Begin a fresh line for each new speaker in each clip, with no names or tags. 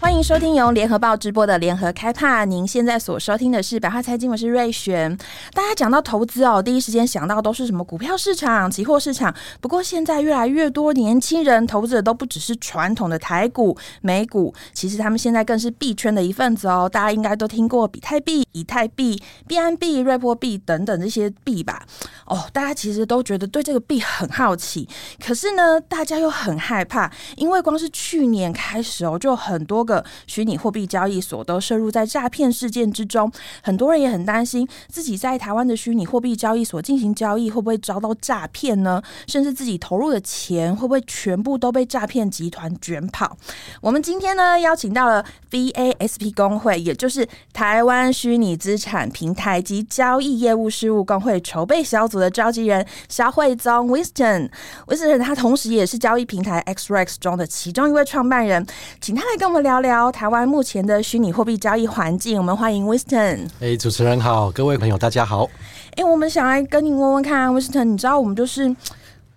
欢迎收听由联合报直播的联合开帕。您现在所收听的是百花财经，我是瑞璇。大家讲到投资哦，第一时间想到都是什么股票市场、期货市场。不过现在越来越多年轻人投资的都不只是传统的台股、美股，其实他们现在更是币圈的一份子哦。大家应该都听过比特币、以太币、币安币、瑞波币等等这些币吧？哦，大家其实都觉得对这个币很好奇，可是呢，大家又很害怕，因为光是去年开始哦，就很多个。虚拟货币交易所都涉入在诈骗事件之中，很多人也很担心自己在台湾的虚拟货币交易所进行交易会不会遭到诈骗呢？甚至自己投入的钱会不会全部都被诈骗集团卷跑？我们今天呢邀请到了 VASP 工会，也就是台湾虚拟资产平台及交易业务事务工会筹备小组的召集人肖慧宗 Winston。Winston 他同时也是交易平台 XREX 中的其中一位创办人，请他来跟我们聊聊。聊台湾目前的虚拟货币交易环境，我们欢迎 Winston。
哎、欸，主持人好，各位朋友大家好。
哎、欸，我们想来跟您问问看、啊、，Winston，你知道我们就是，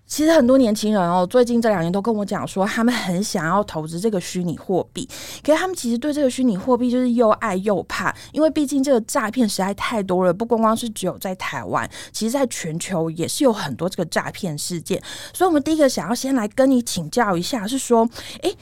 其实很多年轻人哦，最近这两年都跟我讲说，他们很想要投资这个虚拟货币，可是他们其实对这个虚拟货币就是又爱又怕，因为毕竟这个诈骗实在太多了，不光光是只有在台湾，其实在全球也是有很多这个诈骗事件。所以，我们第一个想要先来跟你请教一下，是说，哎、欸。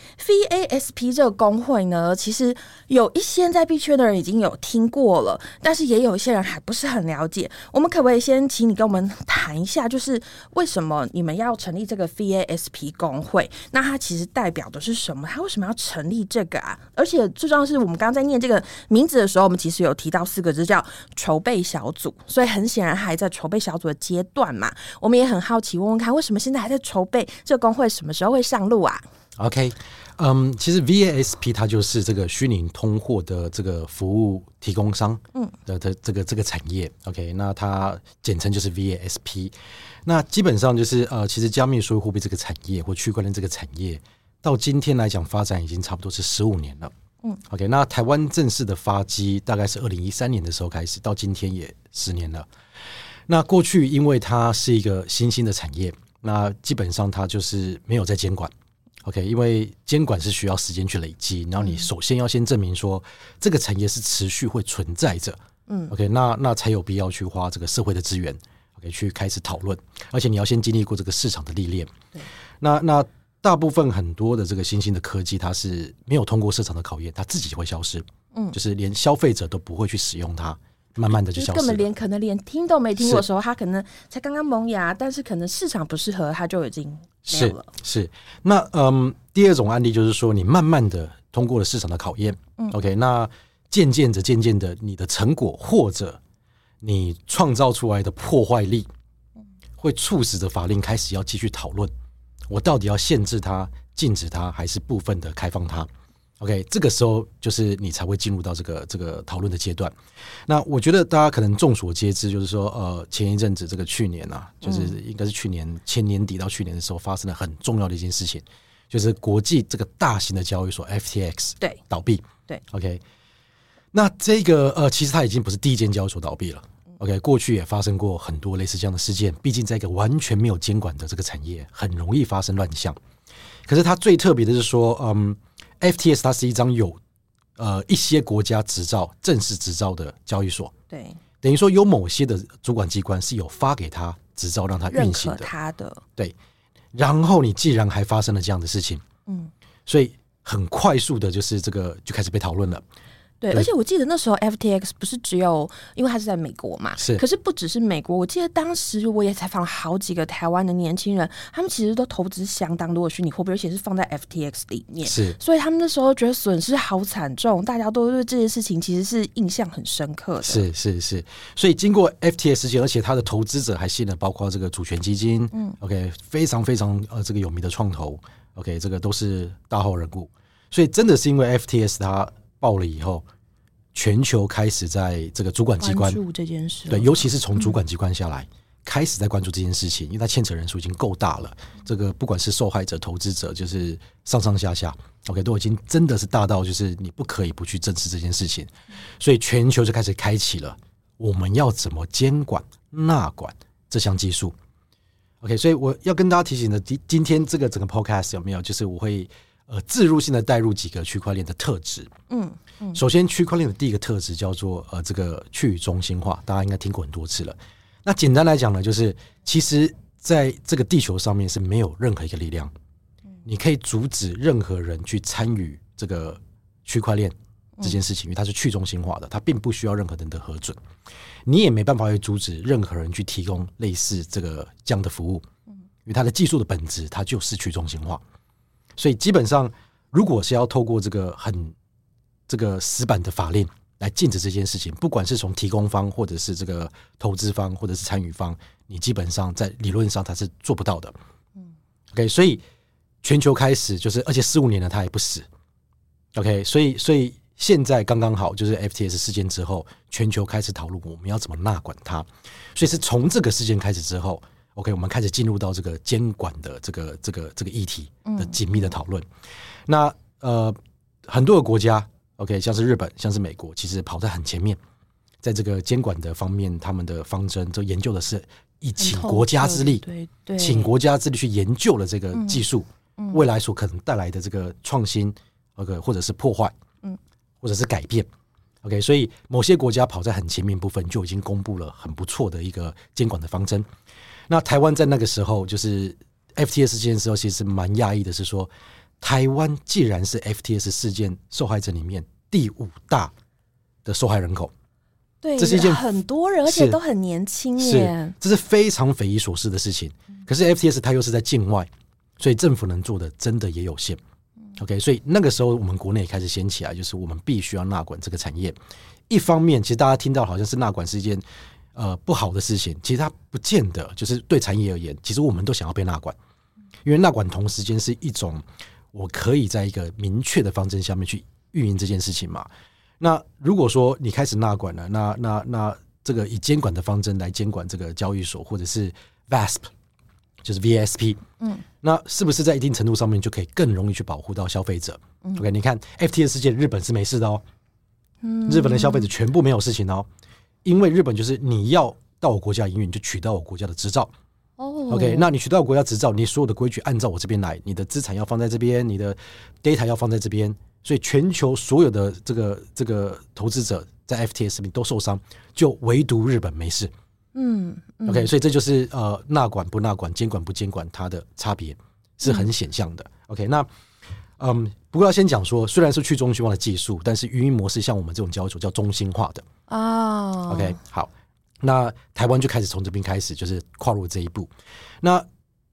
VASP 这个工会呢，其实有一些在币圈的人已经有听过了，但是也有一些人还不是很了解。我们可不可以先请你跟我们谈一下，就是为什么你们要成立这个 VASP 工会？那它其实代表的是什么？它为什么要成立这个啊？而且最重要是我们刚刚在念这个名字的时候，我们其实有提到四个字叫筹备小组，所以很显然还在筹备小组的阶段嘛。我们也很好奇，问问看为什么现在还在筹备？这个工会什么时候会上路啊
？OK。嗯，其实 VASP 它就是这个虚拟通货的这个服务提供商，嗯的的这个这个产业。OK，那它简称就是 VASP。那基本上就是呃，其实加密数字货币这个产业或区块链这个产业，到今天来讲发展已经差不多是十五年了。嗯，OK，那台湾正式的发迹大概是二零一三年的时候开始，到今天也十年了。那过去因为它是一个新兴的产业，那基本上它就是没有在监管。OK，因为监管是需要时间去累积，然后你首先要先证明说这个产业是持续会存在着，嗯，OK，那那才有必要去花这个社会的资源，OK，去开始讨论，而且你要先经历过这个市场的历练。那那大部分很多的这个新兴的科技，它是没有通过市场的考验，它自己会消失，嗯，就是连消费者都不会去使用它。慢慢的就消失，
根本连可能连听都没听过的时候，它可能才刚刚萌芽，但是可能市场不适合，它就已经
是是。那嗯，第二种案例就是说，你慢慢的通过了市场的考验、嗯、，OK，那渐渐的、渐渐的，你的成果或者你创造出来的破坏力，会促使着法令开始要继续讨论，我到底要限制它、禁止它，还是部分的开放它？OK，这个时候就是你才会进入到这个这个讨论的阶段。那我觉得大家可能众所皆知，就是说，呃，前一阵子这个去年啊，就是应该是去年前年底到去年的时候，发生了很重要的一件事情，就是国际这个大型的交易所 FTX
对
倒闭。
对
，OK，那这个呃，其实它已经不是第一间交易所倒闭了。OK，过
嗯
去也发生过很多类似这样的事件，毕竟在一个完全没有监管的这个产业，很容易发生乱象。可是它最特别的是说，嗯。FTS 它是一张有呃一些国家执照、正式执照的交易所，
对，
等于说有某些的主管机关是有发给他执照让他啊运行的，
他的
对。然后你既然还发生了这样的事情，嗯，所以很快速的，就是这个就开始被讨论了。
对，而且我记得那时候 FTX 不是只有，因为它是在美国嘛，
是。
可是不只是美国，我记得当时我也采访了好几个台湾的年轻人，他们其实都投资相当多的虚拟货币，而且是放在 FTX 里面，
是。
所以他们那时候觉得损失好惨重，大家都对这件事情其实是印象很深刻的。
是是是，所以经过 FTX 事件，而且它的投资者还吸引了包括这个主权基金，嗯，OK，非常非常呃这个有名的创投，OK，这个都是大号人物，所以真的是因为 FTX 它爆了以后。全球开始在这个主管机关
注这件事，
对，尤其是从主管机关下来、嗯、开始在关注这件事情，因为它牵扯人数已经够大了。这个不管是受害者、投资者，就是上上下下，OK，都已经真的是大到就是你不可以不去正视这件事情。所以全球就开始开启了，我们要怎么监管、纳管这项技术？OK，所以我要跟大家提醒的，今今天这个整个 Podcast 有没有？就是我会呃自入性的带入几个区块链的特质。
嗯，
首先，区块链的第一个特质叫做呃这个去中心化，大家应该听过很多次了。那简单来讲呢，就是其实在这个地球上面是没有任何一个力量，你可以阻止任何人去参与这个区块链这件事情，因为它是去中心化的，它并不需要任何人的核准，你也没办法去阻止任何人去提供类似这个这样的服务，因为它的技术的本质它就是去中心化，所以基本上如果是要透过这个很这个死板的法令来禁止这件事情，不管是从提供方，或者是这个投资方，或者是参与方，你基本上在理论上它是做不到的。OK，所以全球开始就是，而且四五年了，它还不死。OK，所以所以现在刚刚好，就是 FTS 事件之后，全球开始讨论我们要怎么纳管它。所以是从这个事件开始之后，OK，我们开始进入到这个监管的这个这个这个议题的紧密的讨论。那呃，很多的国家 OK，像是日本，像是美国，其实跑在很前面，在这个监管的方面，他们的方针都研究的是以请国家之力，
对对，嗯
请国家之力去研究了这个技术、未来所可能带来的这个创新，OK，或者是破坏，
嗯，
或者是改变，OK，所以某些国家跑在很前面部分就已经公布了很不错的一个监管的方针。那台湾在那个时候就是 FTS 事件的时候，其实蛮讶异的是说，台湾既然是 FTS 事件受害者里面第五大的受害人口，
对，
这是一件
很多人，而且
是
都很年轻耶
是，，这是非常匪夷所思的事情。可是 FTS 它又是在境外，所以政府能做的真的也有限。OK，所以那个时候我们国内也开始掀起来，就是我们必须要纳管这个产业。一方面，其实大家听到好像是纳管是一件呃不好的事情，其实它不见得，就是对产业而言，其实我们都想要被纳管，因为纳管同时间是一种我可以在一个明确的方针下面去运营这件事情嘛。那如果说你开始纳管了，那那那这个以监管的方针来监管这个交易所或者是 VASP，就是 VSP，
嗯，
那是不是在一定程度上面就可以更容易去保护到消费者、o k 你看 FTS 事件，日本是没事的哦，
嗯
日本的消费者全部没有事情哦，因为日本就是你要到我国家营运，你就取到我国家的执照，
哦
OK，那你取到国家执照，你所有的规矩按照我这边来，你的资产要放在这边，你的 data 要放在这边，所以全球所有的这个这个投资者在 FTS 里面都受伤，就唯独日本没事。
嗯嗯
OK，所以这就是呃纳管不纳管、监管不监管它的差别是很显象的。OK，那嗯，不过要先讲说，虽然是去中心化的技术，但是运营模式像我们这种交易所叫中心化的。
啊
OK，好，那台湾就开始从这边开始，就是跨入这一步。那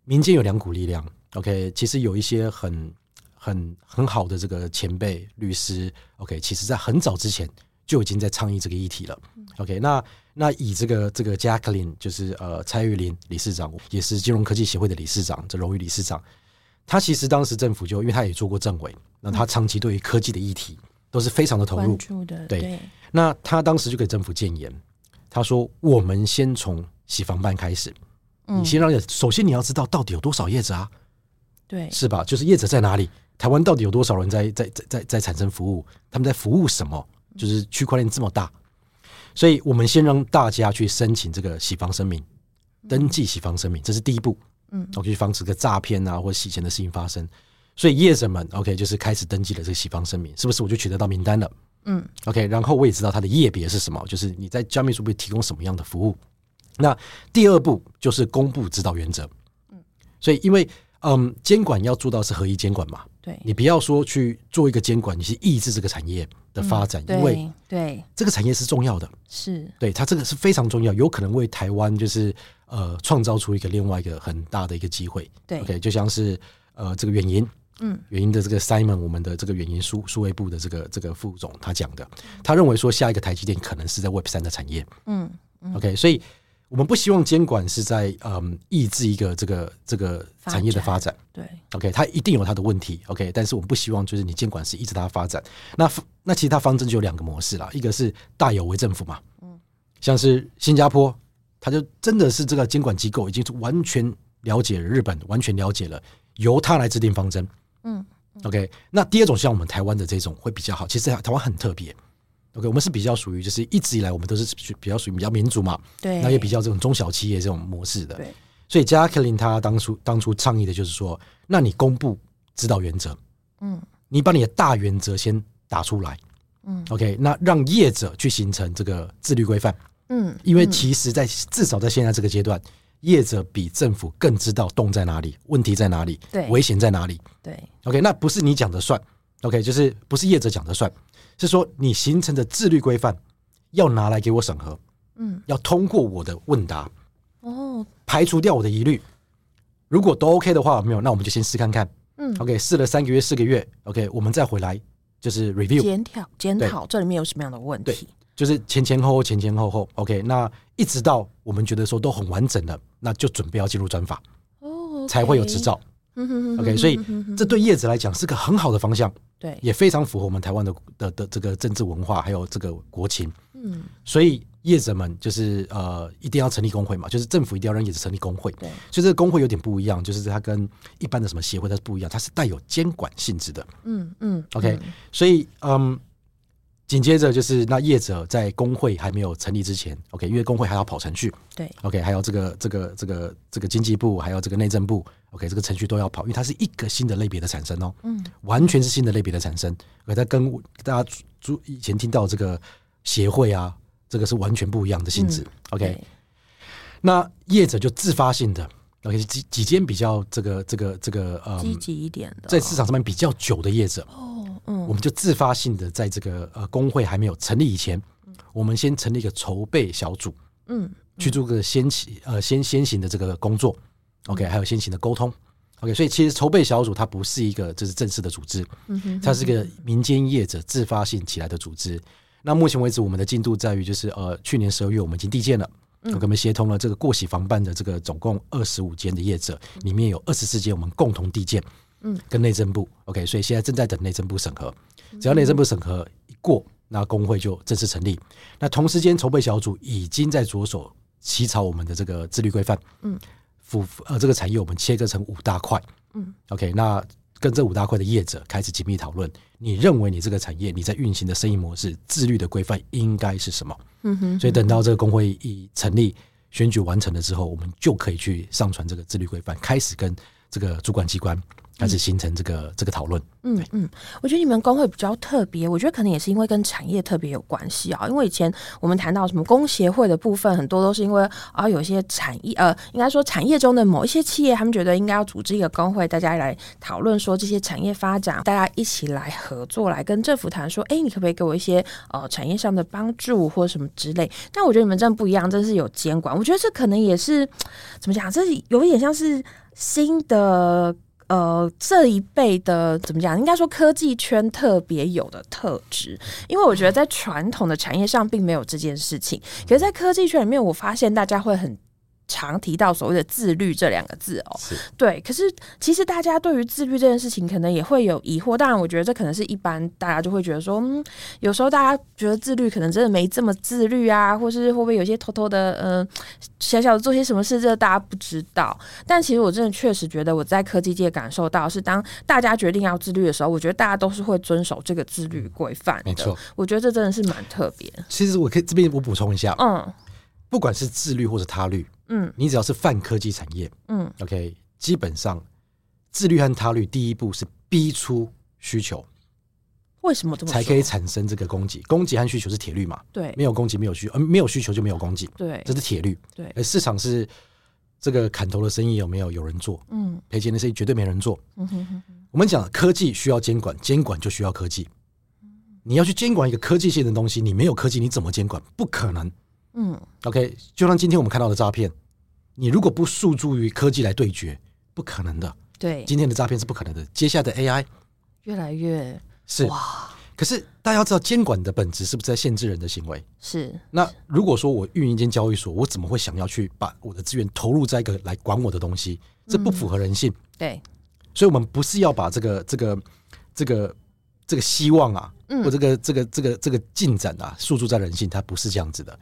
民间有两股力量，OK，其实有一些很很很好的这个前辈律师，OK，其实在很早之前就已经在倡议这个议题了。OK，那
嗯
那以这个这个 Jacqueline 就是呃蔡玉林理事长，也是金融科技协会的理事长，这荣誉理事长，他其实当时政府就因为他也做过政委，那他长期对于科技的议题都是非常的投入
嗯关，注的
对那他当时就给政府建言，他说：“我们先从洗房办开始，你先让业首先你要知道到底有多少业者啊，
对
是吧？就是业者在哪里，台湾到底有多少人在在在在在产生服务，他们在服务什么？就是区块链这么大，所以我们先让大家去申请这个洗房声明，登记洗房声明，这是第一步。
嗯
我去防止个诈骗啊或洗钱的事情发生。所以业者们，OK，就是开始登记了这个洗房声明，是不是我就取得到名单了？
嗯
，OK，然后我也知道它的业别是什么，就是你在加密数会提供什么样的服务。那第二步就是公布指导原则。
嗯
所以因为嗯，监管要做到是合一监管嘛，
对
你不要说去做一个监管，你是抑制这个产业的发展，因为
嗯对对
这个产业是重要的，
是
对它这个是非常重要，有可能为台湾就是呃创造出一个另外一个很大的一个机会。
对
OK，就像是呃这个原因，
嗯，
原因的这个 Simon，我们的这个原因数数位部的这个这个副总他讲的，他认为说下一个台积电可能是在 Web 三的产业。
嗯
OK，所以我们不希望监管是在嗯抑制一个这个这个产业的发展。
对
OK，它一定有它的问题。OK，但是我们不希望就是你监管是抑制它的发展。那那其实它方针就有两个模式啦，一个是大有为政府嘛，嗯，像是新加坡他就真的是这个监管机构已经是完全了解了日本，完全了解了，由他来制定方针。
嗯
，OK。那第二种像我们台湾的这种会比较好，其实台湾很特别。OK，我们是比较属于就是一直以来我们都是比较属于比较民主嘛，
对，
那也比较这种中小企业这种模式的。
对，
所以加克林他当初当初倡议的就是说，那你公布指导原则，
嗯
你把你的大原则先打出来
嗯
，OK，那让业者去形成这个自律规范，
嗯，
因为其实在至少在现在这个阶段，业者比政府更知道洞在哪里，问题在哪里，
对
危险在哪里。
对，
OK，那不是你讲的算，OK，就是不是业者讲的算，是说你形成的自律规范要拿来给我审核，
嗯
要通过我的问答，
哦
排除掉我的疑虑。如果都 OK 的话，没有，那我们就先试看看。
嗯
OK，试了三个月、四个月，OK，我们再回来就是 review，
检讨检
对
讨这里面有什么样的问题？
就是前前后后、前前后后，OK，那一直到我们觉得说都很完整了，那就准备要进入专法，
哦，
才会有执照。
嗯哼哼哼
OK，所以
哼哼哼
这对业者来讲是个很好的方向，
对，
也非常符合我们台湾的的的这个政治文化，还有这个国情。
嗯
所以业者们就是呃，一定要成立工会嘛，就是政府一定要让业者成立工会。
对，
所以这个工会有点不一样，就是它跟一般的什么协会它是不一样，它是带有监管性质的。
嗯嗯
OK，、所以嗯，紧接着就是那业者在工会还没有成立之前，OK，因为工会还要跑程序
对，
，OK，还有这个这个这个这个经济部，还有这个内政部，OK，这个程序都要跑，因为它是一个新的类别的产生哦，
嗯
完全是新的类别的产生，而它跟大家主以前听到这个协会啊，这个是完全不一样的性质、o k
对
那业者就自发性的，OK，几几间比较这个这个这个呃，
积极一点的
在市场上面比较久的业者，
哦
我
嗯
们就自发性的在这个呃工会还没有成立以前，我们先成立一个筹备小组，
嗯
去做个先起呃先先行的这个工作，OK，还有先行的沟通，OK，所以其实筹备小组它不是一个就是正式的组织，
嗯哼
它是个民间业者自发性起来的组织。那目前为止，我们的进度在于就是呃，去年十二月我们已经递建了，
嗯
我们协同了这个过喜防办的这个总共二十五间的业者，里面有二十四间我们共同递建，
嗯，
跟内政部 OK，所以现在正在等内政部审核，
嗯
只要内政部审核一过，那工会就正式成立。那同时间筹备小组已经在着手起草我们的这个自律规范，
嗯，
辅呃这个产业我们切割成五大块，
嗯
，OK，那跟这五大块的业者开始紧密讨论，你认为你这个产业你在运行的生意模式、自律的规范应该是什么？
嗯哼
所以等到这个工会一成立、选举完成了之后，我们就可以去上传这个自律规范，开始跟这个主管机关开始形成这个、这个讨论。
嗯嗯，我觉得你们工会比较特别，我觉得可能也是因为跟产业特别有关系啊。因为以前我们谈到什么工协会的部分，很多都是因为啊，有一些产业呃，应该说产业中的某一些企业，他们觉得应该要组织一个工会，大家来讨论说这些产业发展，大家一起来合作，来跟政府谈说，哎，你可不可以给我一些呃产业上的帮助或什么之类？但我觉得你们真的不一样，真是有监管。我觉得这可能也是怎么讲，这是有一点像是新的呃这一辈的怎么讲？应该说科技圈特别有的特质，因为我觉得在传统的产业上并没有这件事情，可是，在科技圈里面，我发现大家会很。常提到所谓的自律这两个字哦，
是
对，可是其实大家对于自律这件事情，可能也会有疑惑。当然，我觉得这可能是一般大家就会觉得说，嗯，有时候大家觉得自律可能真的没这么自律啊，或是会不会有一些偷偷的，嗯、小小的做些什么事，这大家不知道。但其实我真的确实觉得我在科技界感受到，是当大家决定要自律的时候，我觉得大家都是会遵守这个自律规范
没
的
错。
我觉得这真的是蛮特别。
其实我可以这边我补充一下，
嗯
不管是自律或者他律，
嗯
你只要是泛科技产业
嗯，
，OK，基本上自律和他律第一步是逼出需求，
为什么这么说
才可以产生这个供给。供给和需求是铁律嘛？
对
没有供给没有需，呃，没有需求就没有供给，
对
这是铁律。哎
对，
而市场是这个砍头的生意有没有有人做？
嗯
赔钱的生意绝对没人做。
嗯哼哼哼
我们讲科技需要监管，监管就需要科技。
嗯
你要去监管一个科技性的东西，你没有科技你怎么监管？不可能。
嗯
OK，就像今天我们看到的诈骗，你如果不诉诸于科技来对决，不可能的。
对，
今天的诈骗是不可能的，接下来的 AI
越来越
是。可是大家要知道，监管的本质是不是在限制人的行为？
是
那如果说我运营一间交易所，我怎么会想要去把我的资源投入在一个来管我的东西？这不符合人性。
对
所以我们不是要把这个这个这个这个希望啊，
嗯
或这个这个这个这个进展啊，诉诸在人性，它不是这样子的。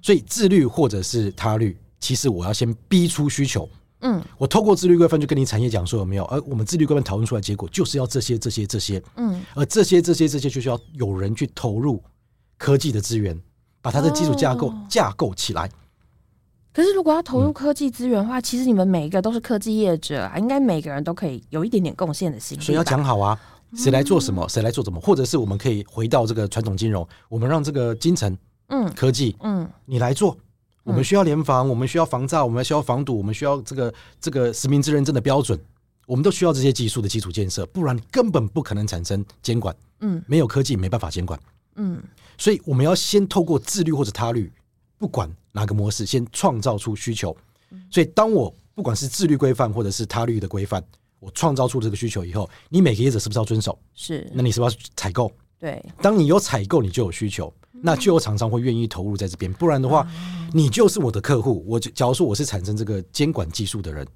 所以自律或者是他律，其实我要先逼出需求。
嗯，
我透过自律规范就跟你产业讲说有没有，而我们自律规范讨论出来结果就是要这些这些这些，
嗯，
而这些这些这些就需要有人去投入科技的资源，把它的基础架构、
哦
架构起来。
可是如果要投入科技资源的话，其实你们每一个都是科技业者啊，应该每个人都可以有一点点贡献的心力吧。
所以要讲好啊，
嗯
谁来做什么，谁来做什么，或者是我们可以回到这个传统金融，我们让这个金城
嗯
科技
嗯
你来做。我们需要联防，我们需要防诈，我们需要防堵，我们需要这个这个实名制认证的标准，我们都需要这些技术的基础建设，不然根本不可能产生监管。
嗯
没有科技没办法监管，
嗯
所以我们要先透过自律或者他律，不管哪个模式，先创造出需求。所以，当我不管是自律规范或者是他律的规范，我创造出这个需求以后，你每个业者是不是要遵守？
是
那你是不是要采购？
对
当你有采购，你就有需求，那就有厂商会愿意投入在这边。不然的话，你就是我的客户。我就假如说我是产生这个监管技术的人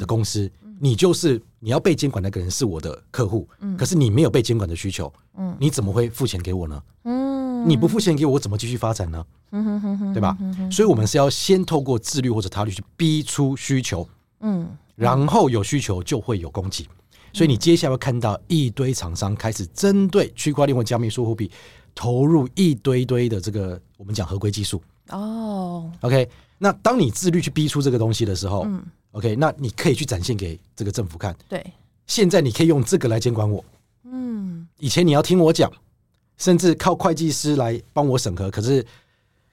的公司，你就是你要被监管那个人是我的客户，可是你没有被监管的需求，你怎么会付钱给我呢？
嗯
你不付钱给我，我怎么继续发展呢？
嗯哼哼哼
对吧？所以，我们是要先透过自律或者他律去逼出需求，
嗯
然后有需求就会有供给。所以，你接下来会看到一堆厂商开始针对区块链或加密数货币投入一堆堆的这个我们讲合规技术。
哦
OK，那当你自律去逼出这个东西的时候、o
嗯
k 那你可以去展现给这个政府看。
对
现在你可以用这个来监管我，
嗯
以前你要听我讲，甚至靠会计师来帮我审核，可是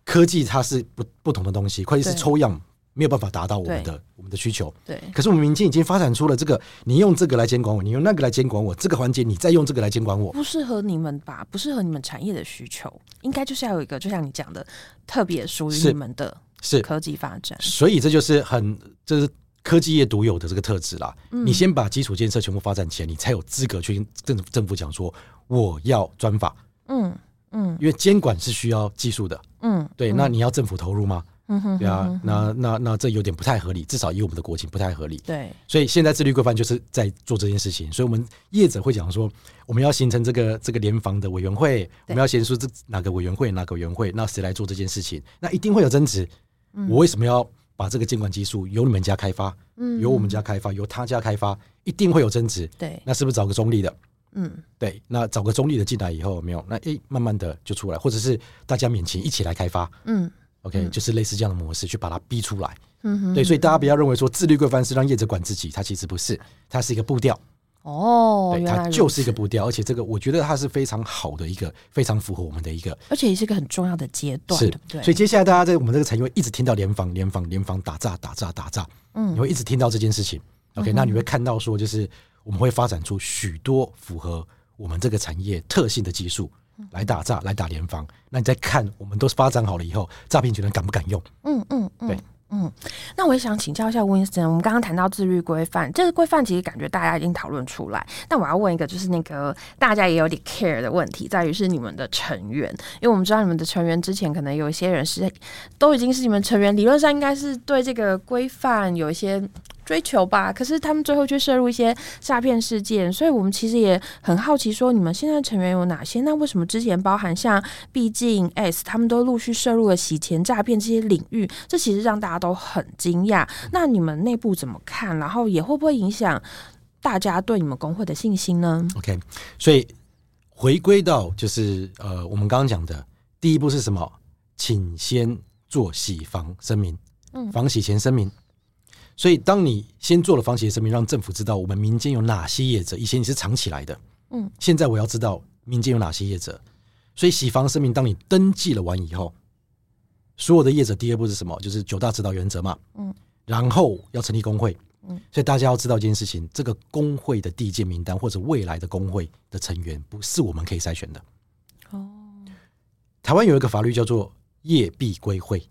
科技它是不不同的东西，会计师
对
抽样没有办法达到我们
对
的我们的需求。
对
可是我们民间已经发展出了这个，你用这个来监管我，你用那个来监管我，这个环节你再用这个来监管我。
不适合你们吧？不适合你们产业的需求，应该就是要有一个，就像你讲的，特别属于
是
你们的
是，
科技发展。
所以这就是很这是科技业独有的这个特质啦。
嗯
你先把基础建设全部发展起来，你才有资格去跟政政府讲说我要专法，
嗯嗯
因为监管是需要技术的。
嗯
对，那你要政府投入吗？
嗯哼，
对啊，那那那这有点不太合理，至少以我们的国情不太合理。
对
所以现在自律规范就是在做这件事情，所以我们业者会讲说，我们要形成这个这个联防的委员会，我们要先说这哪个委员会哪个委员会，那谁来做这件事情？那一定会有争执。
嗯
我为什么要把这个监管技术由你们家开发，由我们
嗯
家开发，由他家开发，一定会有争执。
对，
那是不是找个中立的？
嗯
对，那找个中立的进来以后，有没有，那诶，慢慢的就出来，或者是大家免钱一起来开发。
嗯
OK，、就是类似这样的模式去把它逼出来。
嗯哼，
对，所以大家不要认为说自律规范是让业者管自己，它其实不是，它是一个步调，
哦，
对，
原来
它
如
就是一
此
个步调，而且这个我觉得它是非常好的一个，非常符合我们的一个。
而且也是个很重要的阶段，
是
对不对？，
所以接下来大家在我们这个产业会一直听到联防、联防、联防打炸、打炸、打炸，
嗯
你会一直听到这件事情。OK，、那你会看到说，就是我们会发展出许多符合我们这个产业特性的技术
嗯
来打炸、来打联防。那你再看，我们都发展好了以后，诈骗集团敢不敢用？
嗯嗯嗯，
对
嗯，那我也想请教一下 Winston，我们刚刚谈到自律规范，这个规范其实感觉大家已经讨论出来，但我要问一个，就是那个大家也有点 care 的问题，在于是你们的成员，因为我们知道你们的成员之前可能有一些人是都已经是你们成员，理论上应该是对这个规范有一些追求吧，可是他们最后却涉入一些诈骗事件，所以我们其实也很好奇，说你们现在成员有哪些？那为什么之前包含像毕竟 S 他们都陆续涉入了洗钱、诈骗这些领域，这其实让大家都很惊讶。那你们内部怎么看？然后也会不会影响大家对你们工会的信心呢？
OK，所以回归到就是呃，我们刚刚讲的第一步是什么？请先做洗防声明，
嗯
防洗前声明。所以，当你先做了防洗的声明，让政府知道我们民间有哪些业者，以前你是藏起来的，
嗯，
现在我要知道民间有哪些业者。所以，洗防声明，当你登记了完以后，所有的业者第二步是什么？就是九大指导原则嘛，
嗯，
然后要成立工会，
嗯，
所以大家要知道一件事情：这个工会的地界名单或者未来的工会的成员，不是我们可以筛选的。
哦，
台湾有一个法律叫做业必归会，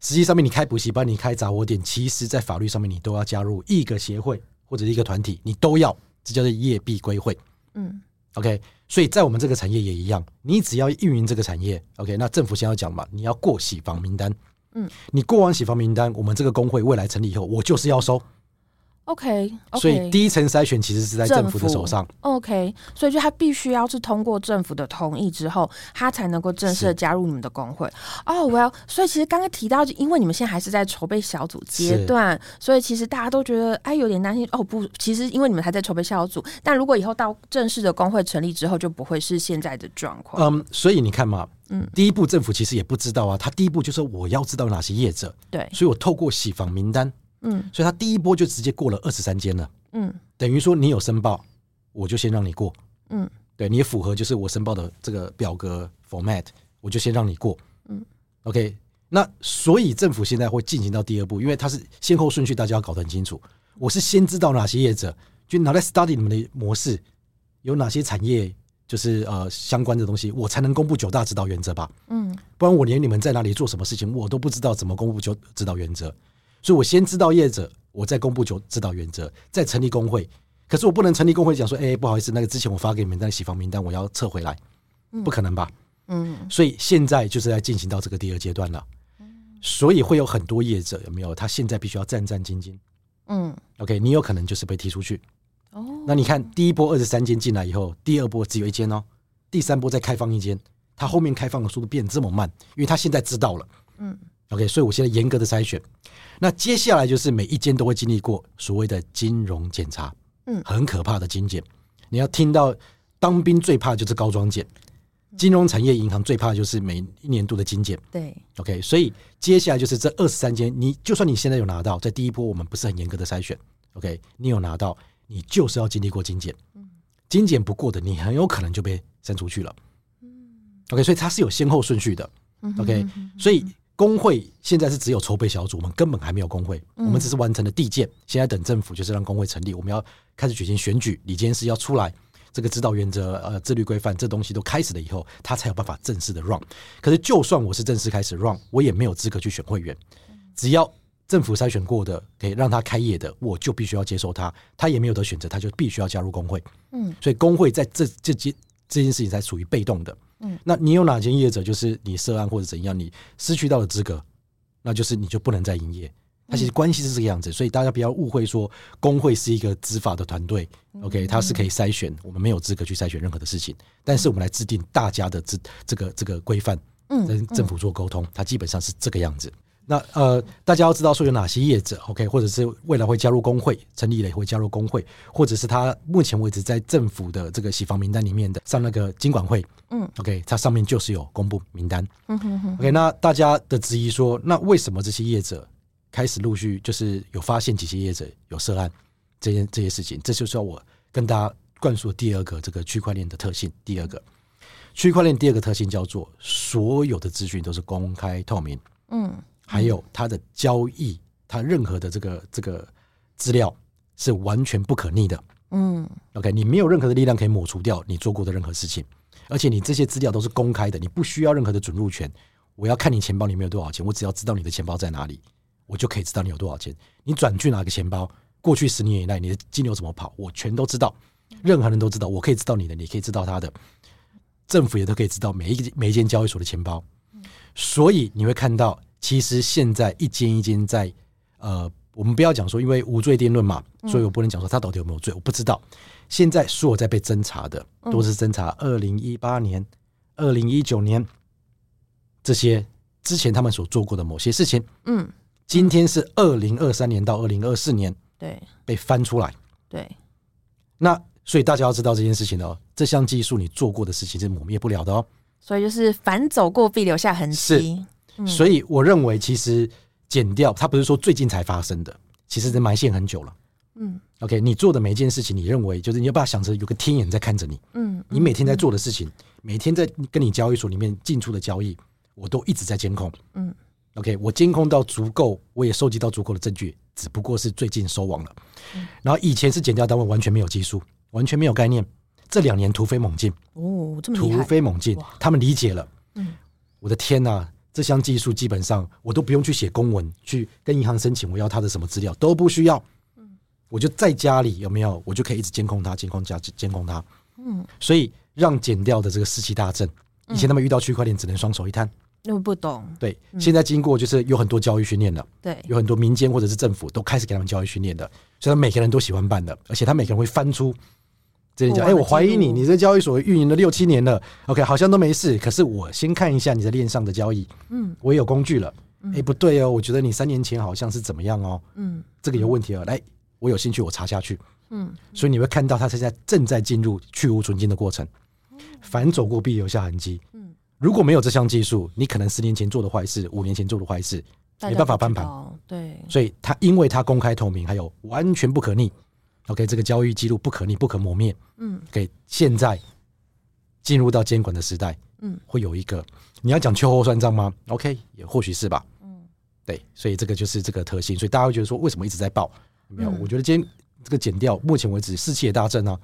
实际上面你开补习班、你开杂货店，其实在法律上面你都要加入一个协会或者一个团体，你都要，这叫做业必归会。
嗯
OK，所以在我们这个产业也一样，你只要运营这个产业，OK，那政府先要讲嘛，你要过洗房名单，
嗯，
你过完洗房名单，我们这个工会未来成立以后，我就是要收，
OK，, o k
所以第一层筛选其实是在政府的手上。
OK，所以就他必须要是通过政府的同意之后，他才能够正式的
是
加入你们的工会。哦、w e l l 所以其实刚刚提到，就因为你们现在还是在筹备小组阶
是
段，所以其实大家都觉得哎有点担心。哦不，其实因为你们还在筹备小组，但如果以后到正式的工会成立之后，就不会是现在的状况。
嗯，所以你看嘛，
嗯
第一步政府其实也不知道啊，他第一步就是我要知道哪些业者，
对，
所以我透过洗房名单，
嗯
所以他第一波就直接过了二十三间了，
嗯
等于说你有申报，我就先让你过，
嗯，
对你也符合就是我申报的这个表格 format，我就先让你过，
嗯
，OK，那所以政府现在会进行到第二步，因为它是先后顺序，大家要搞得很清楚。我是先知道哪些业者，就拿来 study 你们的模式，有哪些产业就是呃相关的东西，我才能公布九大指导原则吧。
嗯
不然我连你们在哪里做什么事情，我都不知道怎么公布就指导原则。所以我先知道业者，我再公布就指导原则，再成立工会。可是我不能成立工会讲说，哎、不好意思，那个之前我发给你们的洗房名单，我要撤回来，不可能吧？
嗯
所以现在就是在进行到这个第二阶段了。所以会有很多业者有没有？他现在必须要战战兢兢。
嗯，
OK，你有可能就是被踢出去。
哦，
那你看，第一波二十三间进来以后，第二波只有一间哦，第三波再开放一间，它后面开放的速度变这么慢，因为它现在知道了。
嗯
，OK，所以我现在严格的筛选。那接下来就是每一间都会经历过所谓的金融检查，
嗯
很可怕的精简。你要听到当兵最怕就是高装检，金融产业银行最怕就是每一年度的精简。
对，
OK，所以接下来就是这二十三间，你就算你现在有拿到，在第一波我们不是很严格的筛选，OK，你有拿到，你就是要经历过精简，精简不过的，你很有可能就被删出去了。OK，所以它是有先后顺序的。
嗯哼
OK，所以工会现在是只有筹备小组，我们根本还没有工会，我
嗯
们只是完成了递建，现在等政府就是让工会成立，我们要开始举行选举，里监事要出来，这个指导原则、呃自律规范这东西都开始了以后，他才有办法正式的 run。可是就算我是正式开始 run，我也没有资格去选会员，只要。政府筛选过的，可以让他开业的，我就必须要接受他，他也没有得选择，他就必须要加入工会。
嗯
所以工会在这这件这件事情才属于被动的。
嗯
那你有哪些业者就是你涉案或者怎样，你失去到了资格，那就是你就不能再营业。它其实关系是这个样子，所以大家不要误会说工会是一个执法的团队、o
嗯
k 它是可以筛选，我们没有资格去筛选任何的事情，但是我们来制定大家的这这个这个规范，
嗯
跟政府做沟通，它基本上是这个样子。那呃，大家要知道说有哪些业者，OK，或者是未来会加入工会，成立了也会加入工会，或者是他目前为止在政府的这个洗房名单里面的，上那个经管会，
嗯
，OK，它上面就是有公布名单
嗯哼哼，
，OK，那大家的质疑说，那为什么这些业者开始陆续就是有发现几些业者有涉案这件这些事情，这就是要我跟大家灌输的第二个这个区块链的特性，第二个区块链第二个特性叫做所有的资讯都是公开透明。
嗯
还有它的交易，它任何的这个这个资料是完全不可逆的。
嗯
OK，你没有任何的力量可以抹除掉你做过的任何事情，而且你这些资料都是公开的，你不需要任何的准入权。我要看你钱包里面有多少钱，我只要知道你的钱包在哪里，我就可以知道你有多少钱。你转去哪个钱包，过去十年以来你的金流怎么跑，我全都知道，任何人都知道，我可以知道你的，你可以知道他的，政府也都可以知道每一个每一间交易所的钱包。所以你会看到，其实现在一间一间在呃，我们不要讲说，因为无罪定论嘛，所以我不能讲说他到底有没有罪，我不知道。现在所有在被侦查的，都是侦查二零一八年、二零一九年这些之前他们所做过的某些事情。
嗯，
今天是二零二三年到二零二四年
对
被翻出来，
对，
那所以大家要知道这件事情哦，这项技术你做过的事情是抹灭不了的哦。
所以就是反走过必留下痕迹。嗯
所以我认为，其实减掉它不是说最近才发生的，其实是埋线很久了。
嗯
OK，你做的每一件事情，你认为就是你要把它想成有个天眼在看着你，
嗯
你每天在做的事情，每天在跟你交易所里面进出的交易，我都一直在监控。
嗯
，OK，我监控到足够，我也收集到足够的证据，只不过是最近收网了。
嗯
然后以前是减掉单位，完全没有技术，完全没有概念，这两年突飞猛进。
哦，这么厉
突
害，
飞猛进
哇，
他们理解了。
嗯
我的天呐、这项技术基本上我都不用去写公文，去跟银行申请我要他的什么资料都不需要。
嗯
我就在家里有没有，我就可以一直监控他，监控加监控他。
嗯
所以让减掉的这个士气大振，以前他们遇到区块链只能双手一摊，
我不懂，
对，现在经过就是有很多教育训练了，
对，
有很多民间或者是政府都开始给他们教育训练的，所以他每个人都喜欢办的，而且他每个人会翻出这些讲，哎、
过往的
我怀疑
哦记
你，
录
你这交易所运营了六七年了，OK，好像都没事，可是我先看一下你的链上的交易，
嗯
我也有工具了，哎、不对哦，我觉得你三年前好像是怎么样哦，
嗯
这个有问题了，来，我有兴趣，我查下去，
嗯，
所以你会看到他现在正在进入去无存菁的过程，反走过必留下痕迹。
哦嗯
如果没有这项技术，你可能十年前做的坏事，五年前做的坏事，
大
没
家
办法
不知
翻盘
道，对，
所以它因为它公开透明，还有完全不可逆。OK，这个交易记录不可逆、不可磨灭。
嗯
OK，现在进入到监管的时代，
嗯，
会有一个你要讲秋后算账吗？OK，也或许是吧。
嗯
对，所以这个就是这个特性，所以大家会觉得说为什么一直在报？没有，
嗯
我觉得今天这个减掉，目前为止士气也大振啊，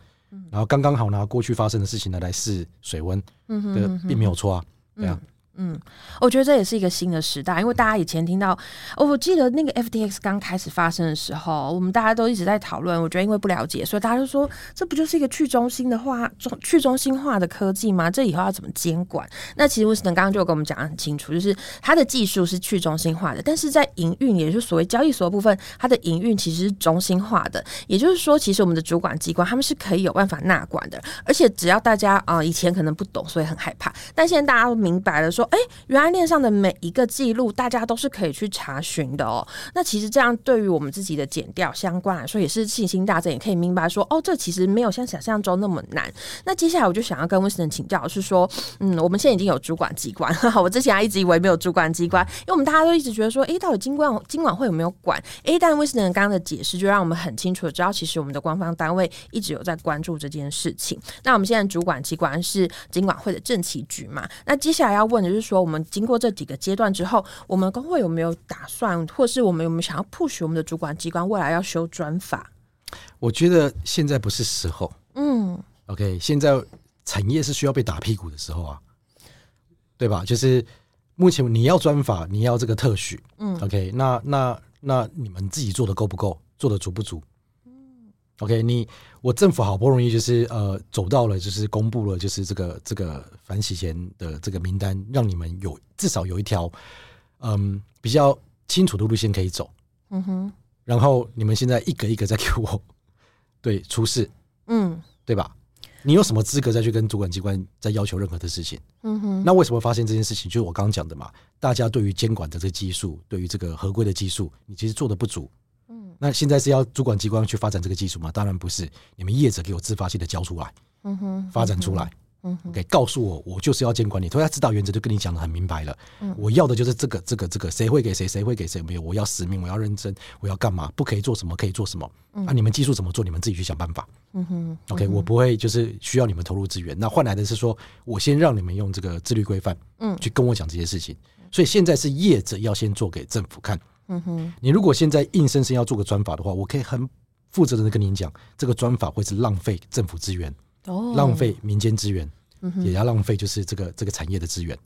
然后刚刚好拿过去发生的事情呢来试水温，
嗯哼
对，
哼哼
并没有错啊，对啊，
嗯，我觉得这也是一个新的时代，因为大家以前听到，哦、我记得那个 FTX 刚开始发生的时候，我们大家都一直在讨论。我觉得因为不了解，所以大家就说，这不就是一个去中心的化中去中心化的科技吗？这以后要怎么监管？那其实 Winston 刚刚就有跟我们讲得很清楚，就是它的技术是去中心化的，但是在营运，也就是所谓交易所的部分，它的营运其实是中心化的。也就是说，其实我们的主管机关他们是可以有办法纳管的，而且只要大家啊、呃以前可能不懂，所以很害怕，但现在大家都明白了，说，哎，原来链上的每一个记录，大家都是可以去查询的哦。那其实这样对于我们自己的减掉相关来说，也是信心大增，也可以明白说，哦，这其实没有像想象中那么难。那接下来我就想要跟 Winston 请教，是说，嗯，我们现在已经有主管机关，我之前还一直以为没有主管机关，因为我们大家都一直觉得说，诶，到底金管金管会有没有管？诶，但 Winston 刚刚的解释就让我们很清楚的知道，其实我们的官方单位一直有在关注这件事情。那我们现在主管机关是金管会的政企局嘛？那接下来要问的就是说，我们经过这几个阶段之后，我们工会有没有打算，或是我们有没有想要 push 我们的主管机关未来要修专法？
我觉得现在不是时候。
嗯
OK，现在产业是需要被打屁股的时候啊，对吧？就是目前你要专法，你要这个特许，
嗯
，OK，那那那你们自己做的够不够？做的足不足？OK，你我政府好不容易就是呃走到了，就是公布了就是这个这个反洗钱的这个名单，让你们有至少有一条嗯比较清楚的路线可以走。
嗯哼
然后你们现在一个一个在给我 对出事，
嗯
对吧？你有什么资格再去跟主管机关再要求任何的事情？
嗯哼
那为什么发现这件事情？就是我刚刚讲的嘛，大家对于监管的这个技术，对于这个合规的技术，你其实做的不足。
嗯
那现在是要主管机关去发展这个技术吗？当然不是，你们业者给我自发性的交出来，
嗯哼
发展出来。
嗯哼
OK，告诉我，我就是要监管你。所以他指导原则就跟你讲的很明白了，
嗯
我要的就是这个、这个、这个，谁会给谁，谁会给谁，没有，我要使命，我要认真，我要干嘛，不可以做什么，可以做什么。啊，你们技术怎么做，你们自己去想办法。
嗯哼
OK，我不会就是需要你们投入资源，那换来的是说我先让你们用这个自律规范，
嗯
去跟我讲这些事情。所以现在是业者要先做给政府看。
嗯哼
你如果现在硬生生要做个专法的话，我可以很负责任的跟您讲，这个专法会是浪费政府资源，
哦嗯
浪费民间资源，也要浪费就是这个这个产业的资源，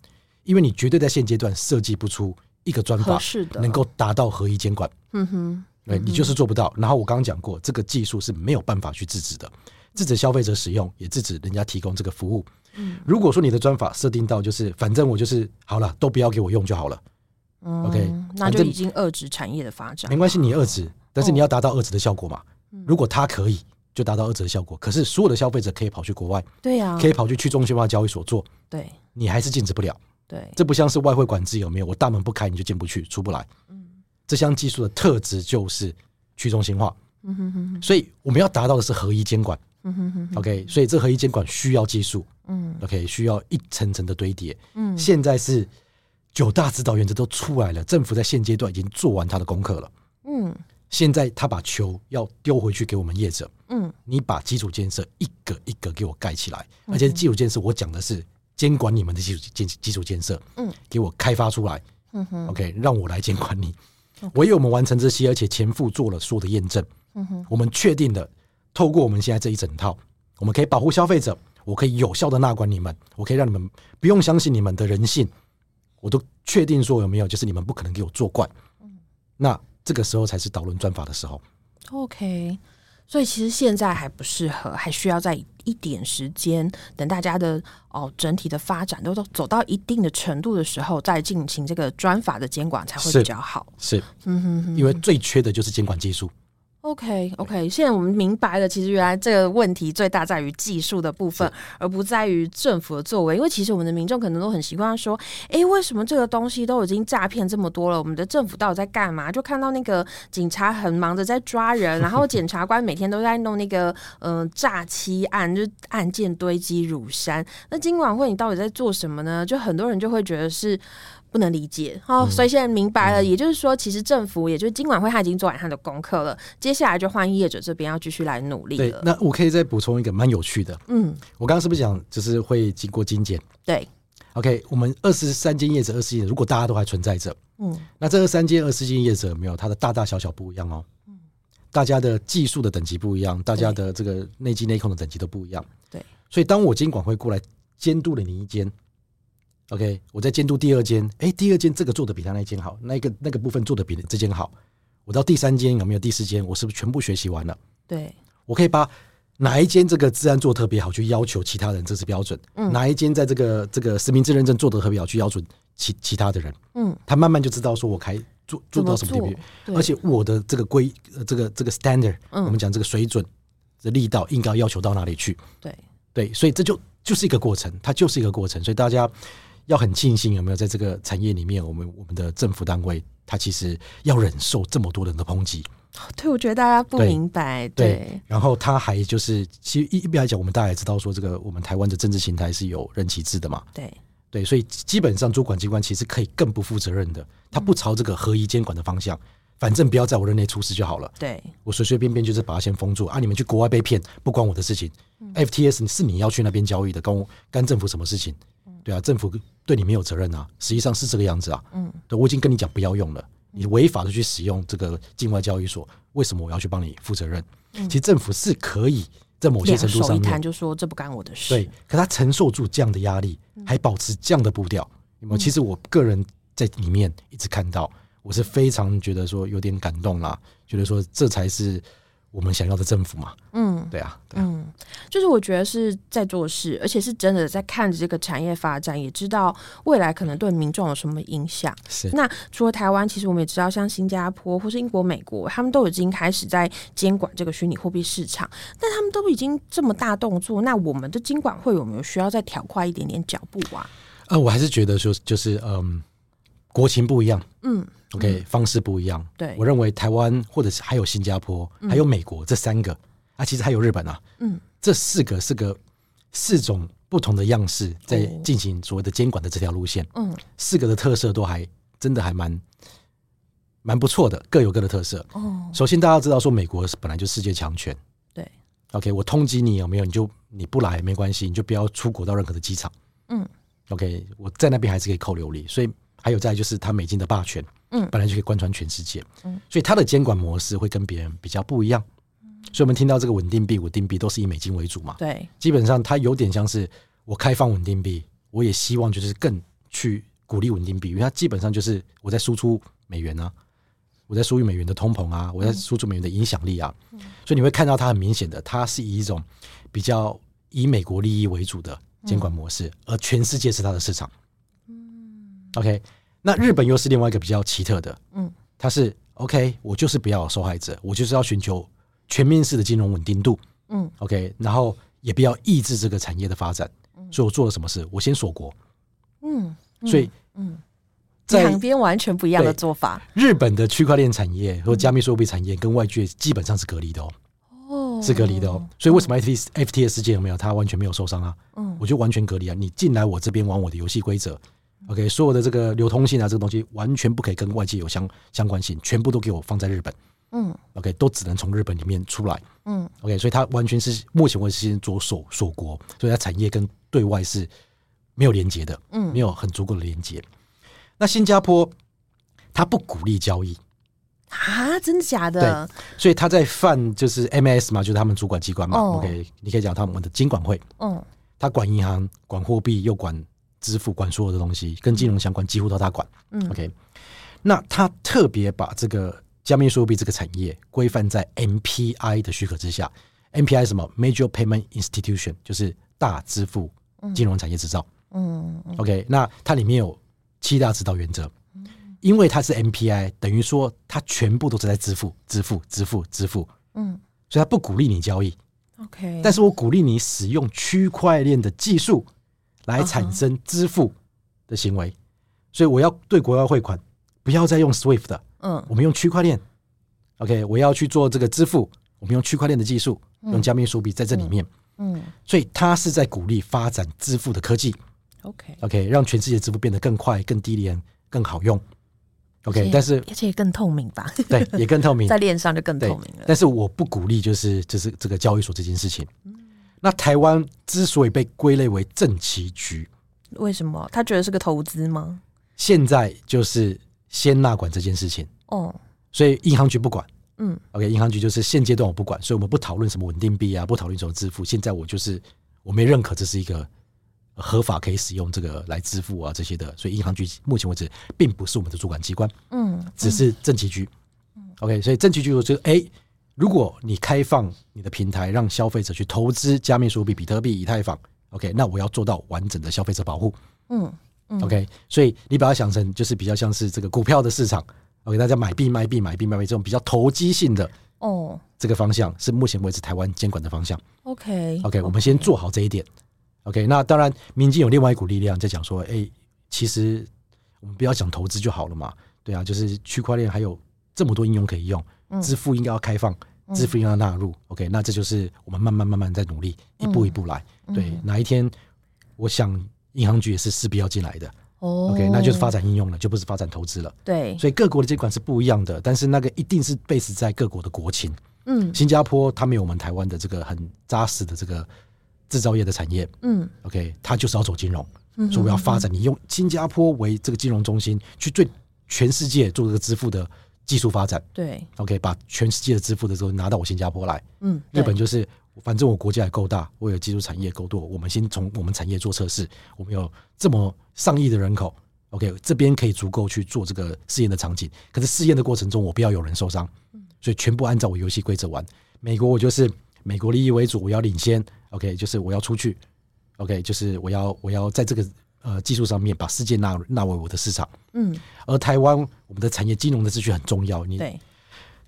因为你绝对在现阶段设计不出一个专
合
法
适的
能够达到合一监管。
嗯哼
对你就是做不到。然后我刚刚讲过，这个技术是没有办法去制止的，制止消费者使用，也制止人家提供这个服务。
嗯
如果说你的专法设定到就是，反正我就是好了，都不要给我用就好了，
嗯
OK，
那
反
就
正
已经遏制产业的发展
没关系，你遏
哦
制，但是你要达到遏制的效果嘛。
嗯
如果它可以，就达到遏制的效果。可是所有的消费者可以跑去国外，
对呀、啊
可以跑去去中心化交易所做，
对
你还是禁止不了。
对
这不像是外汇管制有没有？我大门不开你就进不去，出不来。这项技术的特质就是去中心化，
嗯哼哼
所以我们要达到的是合一监管。
嗯哼哼
OK，所以这合一监管需要技术
嗯
，OK，需要一层层的堆叠。
嗯
现在是九大指导原则都出来了，政府在现阶段已经做完他的功课了。
嗯
现在他把球要丢回去给我们业者，
嗯
你把基础建设一个一个给我盖起来，而且基础建设我讲的是监管你们的基础建基础建设，
嗯，
给我开发出来
嗯哼
OK，让我来监管 你。唯有我们完成这些，而且前付做了所有的验证，
嗯哼
我们确定了，透过我们现在这一整套，我们可以保护消费者，我可以有效的纳管你们，我可以让你们不用相信你们的人性，我都确定说有没有，就是你们不可
嗯
能给我作怪。那这个时候才是导论专法的时候。
OK，所以其实现在还不适合，还需要在一点时间，等大家的哦整体的发展都都走到一定的程度的时候，再进行这个专法的监管才会
是
比较好。
是
嗯哼哼
因为最缺的就是监管技术。
OK OK，现在我们明白了，其实原来这个问题最大在于技术的部分，而不在于政府的作为。因为其实我们的民众可能都很习惯说，诶，为什么这个东西都已经诈骗这么多了，我们的政府到底在干嘛？就看到那个警察很忙着在抓人，然后检察官每天都在弄那个嗯、呃诈欺案，就是案件堆积如山。那今晚会你到底在做什么呢？就很多人就会觉得是。不能理解哦，
嗯
所以现在明白了，也就是说，其实政府，也就是今晚会他已经做完他的功课了，接下来就换业者这边要继续来努力
对，
了。
那我可以再补充一个蛮有趣的。
嗯，
我刚刚是不是讲就是会经过精简
对，
？OK，我们二十三间业者、二十间，如果大家都还存在着，
嗯，
那这二三间、二十间业者有没有它的大大小小不一样哦。大家的技术的等级不一样，大家的这个内机内控的等级都不一样。
对，
所以当我监管会过来监督了你一间，OK，我在监督第二间，哎，第二间这个做的比他那一间好，那个那个部分做的比这间好，我到第三间有没有第四间，我是不是全部学习完了？
对，
我可以把哪一间这个治安做得特别好，去要求其他人这是标准；
嗯
哪一间在这个这个实名制认证做得特别好，去要求其其他的人。
嗯，
他慢慢就知道说我开做做
怎
到
么
什么地步，
对
而且我的这个规呃这个这个 standard，、
嗯
我们讲这个水准的力道应该要求到哪里去？
对，
对，所以这就就是一个过程，它就是一个过程，所以大家要很庆幸有没有在这个产业里面，我们我们的政府单位。它其实要忍受这么多人的抨击，
对，我觉得大家不
对
明白，
对，
对
然后他还就是，其实一一般来讲，我们大家也知道说，这个我们台湾的政治形态是有任期制的嘛，
对
对，所以基本上主管机关其实可以更不负责任的，他不朝这个合一监管的方向，反正不要在我任内出事就好了，
对
我随随便便就是把它先封住啊，你们去国外被骗不关我的事情，FTS
嗯
是你要去那边交易的，跟我干政府什么事情？
嗯
对啊，政府对你没有责任啊，实际上是这个样子啊，嗯，对我已经跟你讲不要用了，
嗯
你违法的去使用这个境外交易所，为什么我要去帮你负责任？其实政府是可以在某
嗯
些
两
程度
手
上
一摊
面
就说这不干我的事，
对，可他承受住这样的压力，
嗯
还保持这样的步调，有没有？其实我个人在里面一直看到，我是非常觉得说有点感动啦，觉得说这才是我们想要的政府嘛。
嗯。
对啊，对啊，
嗯，就是我觉得是在做事，而且是真的在看着这个产业发展，也知道未来可能对民众有什么影响。
是
那除了台湾，其实我们也知道，像新加坡或是英国、美国，他们都已经开始在监管这个虚拟货币市场，但他们都已经这么大动作，那我们的监管会有没有需要再调快一点点脚步啊？
呃，我还是觉得说就是嗯，国情不一样，
嗯
，OK，方式不一样。
对
我认为台湾或者是还有新加坡，还有美国这三个啊，其实还有日本啊，
嗯，
这四个是个四种不同的样式在
哦
进行所谓的监管的这条路线。
嗯，
四个的特色都还真的还蛮蛮不错的，各有各的特色。
哦，
首先，大家知道说美国本来就世界强权，
对
，OK，我通缉你有没有？你就你不来没关系，你就不要出国到任何的机场，
嗯
，OK，我在那边还是可以扣留你。所以还有再来就是它美金的霸权，
嗯
本来就可以贯穿全世界，
嗯
所以它的监管模式会跟别人比较不一样。所以我们听到这个稳定币、稳定币都是以美金为主嘛，
对，
基本上它有点像是我开放稳定币，我也希望就是更去鼓励稳定币，因为它基本上就是我在输出美元啊，我在输入美元的通膨
嗯
啊，我在输出美元的影响力啊，所以你会看到它很明显的，它是以一种比较以美国利益为主的监管模
嗯
式，而全世界是它的市场。OK，那日本又是另外一个比较奇特的，
嗯，
它是 OK，我就是不要有受害者，我就是要寻求全面式的金融稳定度，
嗯
，OK，然后也不要抑制这个产业的发展，所以我做了什么事？我先锁国，
嗯，
所以
嗯，
在
两边完全不一样的
对
做法
日本的区块链产业和加密货币产业跟外界基本上是隔离的哦，
哦
是隔离的哦，所以为什么 FT FTS 事件有没有？它完全没有受伤啊，
嗯
我就完全隔离啊，你进来我这边玩我的游戏规则。OK，所有的这个流通性啊，这个东西完全不可以跟外界有相相关性，全部都给我放在日本。
嗯
OK，都只能从日本里面出来。
嗯
OK，所以它完全是目前为止先着手锁国，所以它产业跟对外是没有连接的，
嗯
没有很足够的连接。那新加坡它不鼓励交易，
啊，真的假的？
所以它在犯就是 MS 嘛，就是他们主管机关嘛。
哦
OK，你可以讲他们的金管会，
嗯
它管银行、管货币，又管支付，管所有的东西，跟金融相关几乎都它管。
嗯
OK，那它特别把这个加密数币这个产业规范在 MPI 的许可之下，MPI 是什么 Major Payment Institution 就是大支付金融产业制造。
嗯，嗯
OK，那它里面有七大指导原则，因为它是 MPI，等于说它全部都是在支付、支付、支付、支付，
嗯
所以它不鼓励你交易，
，OK，
但
是
是我鼓励你使用区块链的技术来产生支付的行为，所以我要对国外汇款，不要再用 SWIFT 的，
嗯
我们用区块链。OK，我要去做这个支付，我们用区块链的技术，用加密数币在这里面，
嗯
所以它是在鼓励发展支付的科技。
，OK，
OK，让全世界支付变得更快、更低廉、更好用。
而
OK，
且
但是
而且更透明吧，
对 也更透明
在，链上就更
对
透明了。
但是我不鼓励，就是就是这个交易所这件事情。那台湾之所以被归类为政企局，
为什么他觉得是个投资吗？
现在就是先纳管这件事情，
哦，
所以银行局不管。
嗯
，OK，银行局就是现阶段我不管，所以我们不讨论什么稳定币啊，不讨论什么支付。现在我就是我没认可这是一个合法可以使用这个来支付啊这些的，所以银行局目前为止并不是我们的主管机关。
嗯
只是政企局。OK，所以政企局我就哎、如果你开放你的平台，让消费者去投资加密数币、比特币、以太坊，OK，那我要做到完整的消费者保护。
嗯，
OK，所以你把它想成就是比较像是这个股票的市场。OK，大家买币、卖币、买币、卖币这种比较投机性的
哦
这个方向，是目前为止台湾监管的方向。
，OK，
OK，我们先做好这一点。OK，那当然，民间有另外一股力量在讲说，哎、其实我们不要讲投资就好了嘛，对啊，就是区块链还有这么多应用可以用，支付应该要开放，支付应该要纳入。OK，那这就是我们慢慢慢慢在努力，一步一步来。对，哪一天我想银行局也是势必要进来的。
哦
OK，那就是发展应用了，就不是发展投资了。
对，
所以各国的监管是不一样的，但是那个一定是 base 在各国的国情。
嗯
新加坡它没有我们台湾的这个很扎实的这个制造业的产业
嗯
，OK，它就是要走金融，所以我要发展，你用新加坡为这个金融中心，去对全世界做这个支付的技术发展
对，
，OK，把全世界的支付的时候拿到我新加坡来。
嗯，
日
对
本就是，反正我国家也够大，我有基础产业够多，我们先从我们产业做测试，我们有这么上亿的人口。OK，这边可以足够去做这个试验的场景，可是试验的过程中，我不要有人受伤，
嗯
所以全部按照我游戏规则玩。美国我就是美国利益为主，我要领先。OK，就是我要出去。OK，就是我要我要在这个呃技术上面把世界纳入纳为我的市场。
嗯
而台湾我们的产业金融的秩序很重要，你
对，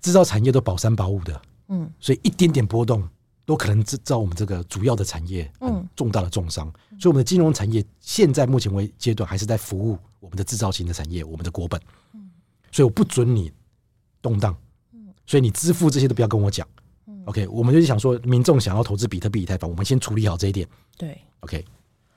制造产业都保三保五的，
嗯
所以一点点波动都可能制造我们这个主要的产业
嗯
很重大的重伤。所以我们的金融产业现在目前为阶段还是在服务我们的制造型的产业，我们的国本。
嗯
所以我不准你动荡，所以你支付这些都不要跟我讲。OK，我
嗯
们就是想说，民众想要投资比特币、以太坊，我们先处理好这一点。
对。
OK，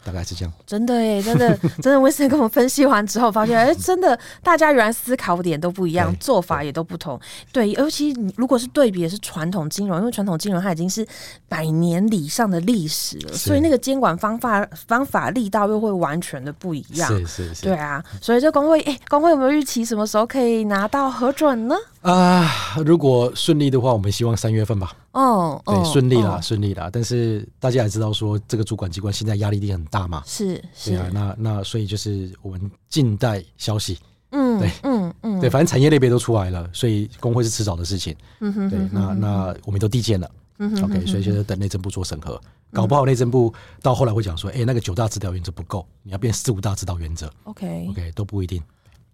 大概是这样。
真的耶，真 的真的，威森跟我们分析完之后，发现哎、真的大家原来思考点都不一样，
对
做法也都不同。对，尤其你如果是对比也是传统金融，因为传统金融它已经是百年以上的历史了，
是
所以那个监管方法方法力道又会完全的不一样。
是是是
对。啊，所以这工会，哎、工会有没有预期什么时候可以拿到核准呢？
啊、如果顺利的话，我们希望三月份吧。
哦，
对，
哦
顺利啦，
哦
顺利啦。但是大家也知道，说这个主管机关现在压力一定很大嘛。
是是
对，啊，那那所以就是我们静待消息。
嗯，
对
嗯嗯，
对，反正产业类别都出来了，所以工会是迟早的事情。
嗯哼嗯
对，那那我们都递件了。
哼嗯
OK，所以就是等内政部做审核，搞不好内政部到后来会讲说，哎，那个九大指导原则不够，你要变四五大指导原则。
，OK，
OK，都不一定。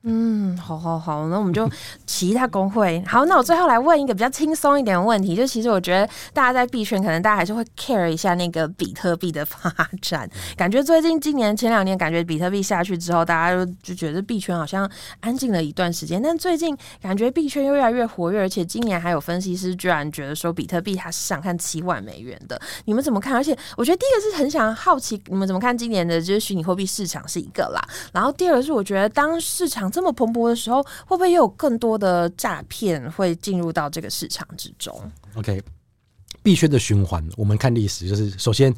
嗯，好好好，那我们就其他工会。好，那我最后来问一个比较轻松一点的问题，就其实我觉得大家在币圈，可能大家还是会 care 一下那个比特币的发展。感觉最近今年前两年，感觉比特币下去之后，大家就就觉得币圈好像安静了一段时间，但最近感觉币圈又越来越活跃，而且今年还有分析师居然觉得说比特币它是想看七万美元的，你们怎么看？而且我觉得第一个是很想好奇你们怎么看今年的就是虚拟货币市场是一个啦，然后第二个是我觉得当市场这么蓬勃的时候，会不会又有更多的诈骗会进入到这个市场之中？
OK，币圈的循环，我们看历史，就是首先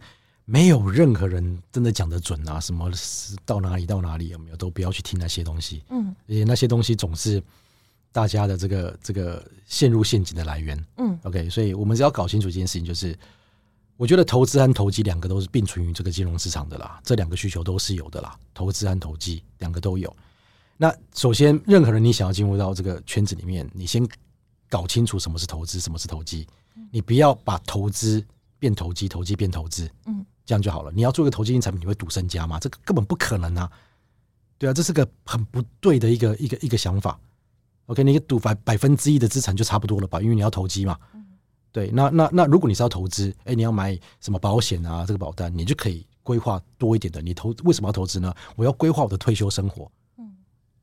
没有任何人真的讲得准啊，什么是到哪里到哪里有没有，都不要去听那些东西。
嗯，
而且那些东西总是大家的这个这个陷入陷阱的来源。
嗯
，OK，所以我们只要搞清楚一件事情，就是我觉得投资和投机两个都是并存于这个金融市场的啦，这两个需求都是有的啦，投资和投机两个都有。那首先，任何人你想要进入到这个圈子里面，你先搞清楚什么是投资，什么是投机。你不要把投资变投机，投机变投资，嗯，这样就好了。你要做个投机型产品，你会赌身家吗？这个根本不可能啊！对啊，这是个很不对的一个一个一个想法。OK，你赌百百分之一的资产就差不多了吧？因为你要投机嘛。对，那那那如果你是要投资，哎、你要买什么保险啊？这个保单你就可以规划多一点的。你投为什么要投资呢？我要规划我的退休生活。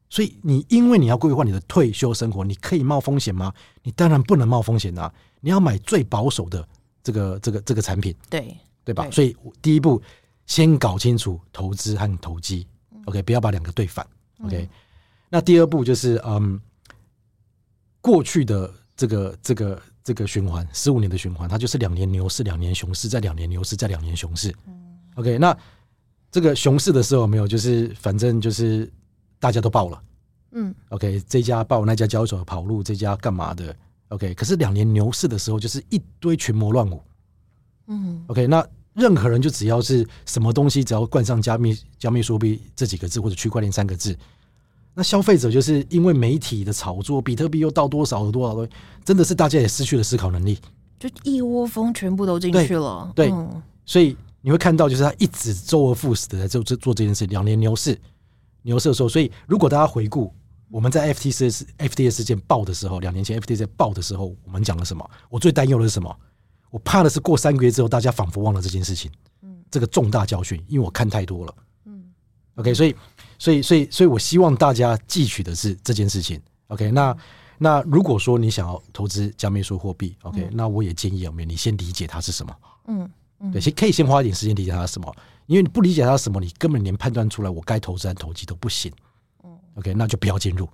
所以你因为你要规划你的退休生活，你可以冒风险吗？你当然不能冒风险啊！你要买最保守的这个这个这个产品，
对，
对吧？
对
所以我第一步先搞清楚投资和投机、o k 不要把两个对反，OK、那
嗯
第二步就是嗯，过去的这个这个这个循环，十五年的循环，它就是两年牛市，两年熊市，再两年牛市，再两年熊市。OK，那这个熊市的时候有没有，就是反正就是大家都爆了。
嗯，
OK，这家报那家交易所跑路，这家干嘛的？OK，可是两年牛市的时候，就是一堆群魔乱舞。
嗯
，OK，那任何人就只要是什么东西，只要冠上加密加密货币这几个字或者区块链三个字，那消费者就是因为媒体的炒作，比特币又到多少有多少东西，真的是大家也失去了思考能力。
就一窝蜂全部都进
对
去了，
对
嗯
所以你会看到，就是他一直周而复始的在做这做这件事，两年牛市，牛市的时候，所以如果大家回顾我们在 FTC FDA 事件爆的时候，两年前 FTC 爆的时候，我们讲了什么？我最担忧的是什么？我怕的是过三个月之后，大家仿佛忘了这件事情，这个重大教训，因为我看太多了，OK，所以，所以，所以，所以我希望大家汲取的是这件事情。OK，那那如果说你想要投资加密数货币，OK，、那我也建议有没有你先理解它是什么。
嗯
对，先可以先花一点时间理解它是什么，因为你不理解它是什么，你根本连判断出来我该投资还投机都不行。OK，那
嗯
就不要进入，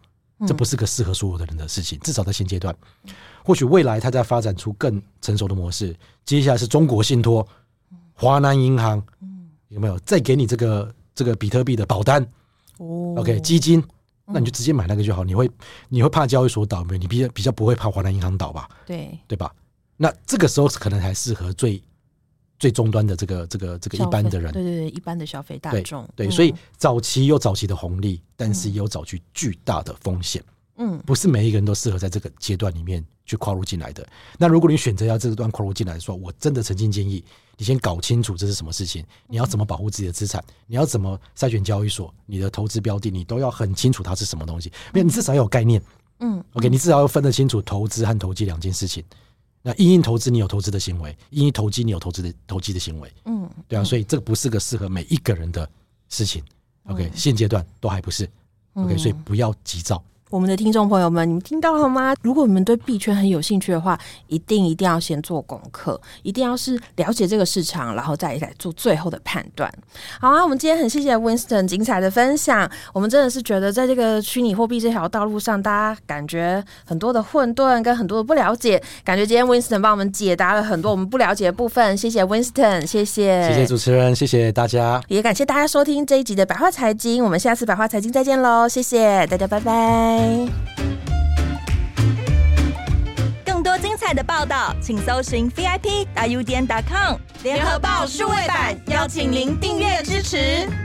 这不是个适合所有的人的事情，至少在现阶段。或许未来它在发展出更成熟的模式，接下来是中国信托、
嗯
华南银行，有没有再给你这个这个比特币的保单？
哦
OK，基金，那
嗯
你就直接买那个就好。你会你会怕交易所倒没有？你比较比较不会怕华南银行倒吧？
对，
对吧？那这个时候可能还适合最最终端的这个这个这个一
消
般
费
的人，
对对对，一般的消费大
对
众，
对，
嗯
所以早期有早期的红利，但是也有早期巨大的风险。
嗯
不是每一个人都适合在这个阶段里面去跨入进来的。那如果你选择要这个段跨入进来的时候，我真的曾经建议你先搞清楚这是什么事情，你要怎么保护自己的资产，你要怎么筛选交易所，你的投资标的，你都要很清楚它是什么东西。没有，你至少要有概念。
嗯
，OK，你至少要分得清楚投资和投机两件事情。那因应投资，你有投资的行为；因应投机，你有投资的投机的行为。
嗯，
对啊，所以这个不是个适合每一个人的事情。OK，现
嗯
阶段都还不是。OK，所以不要急躁。
我们的听众朋友们，你们听到了吗？如果你们对币圈很有兴趣的话，一定一定要先做功课，一定要是了解这个市场，然后再来做最后的判断。好啊，我们今天很谢谢 Winston 精彩的分享，我们真的是觉得在这个虚拟货币这条道路上，大家感觉很多的混沌跟很多的不了解，感觉今天 Winston 帮我们解答了很多我们不了解的部分，谢谢 Winston，谢谢，
谢谢主持人，谢谢大家。
也感谢大家收听这一集的百花财经，我们下次百花财经再见喽！谢谢大家，拜拜。
更多精彩的报道，请搜寻 VIP 大 U 点 .com 联合报数位版，邀请您订阅支持。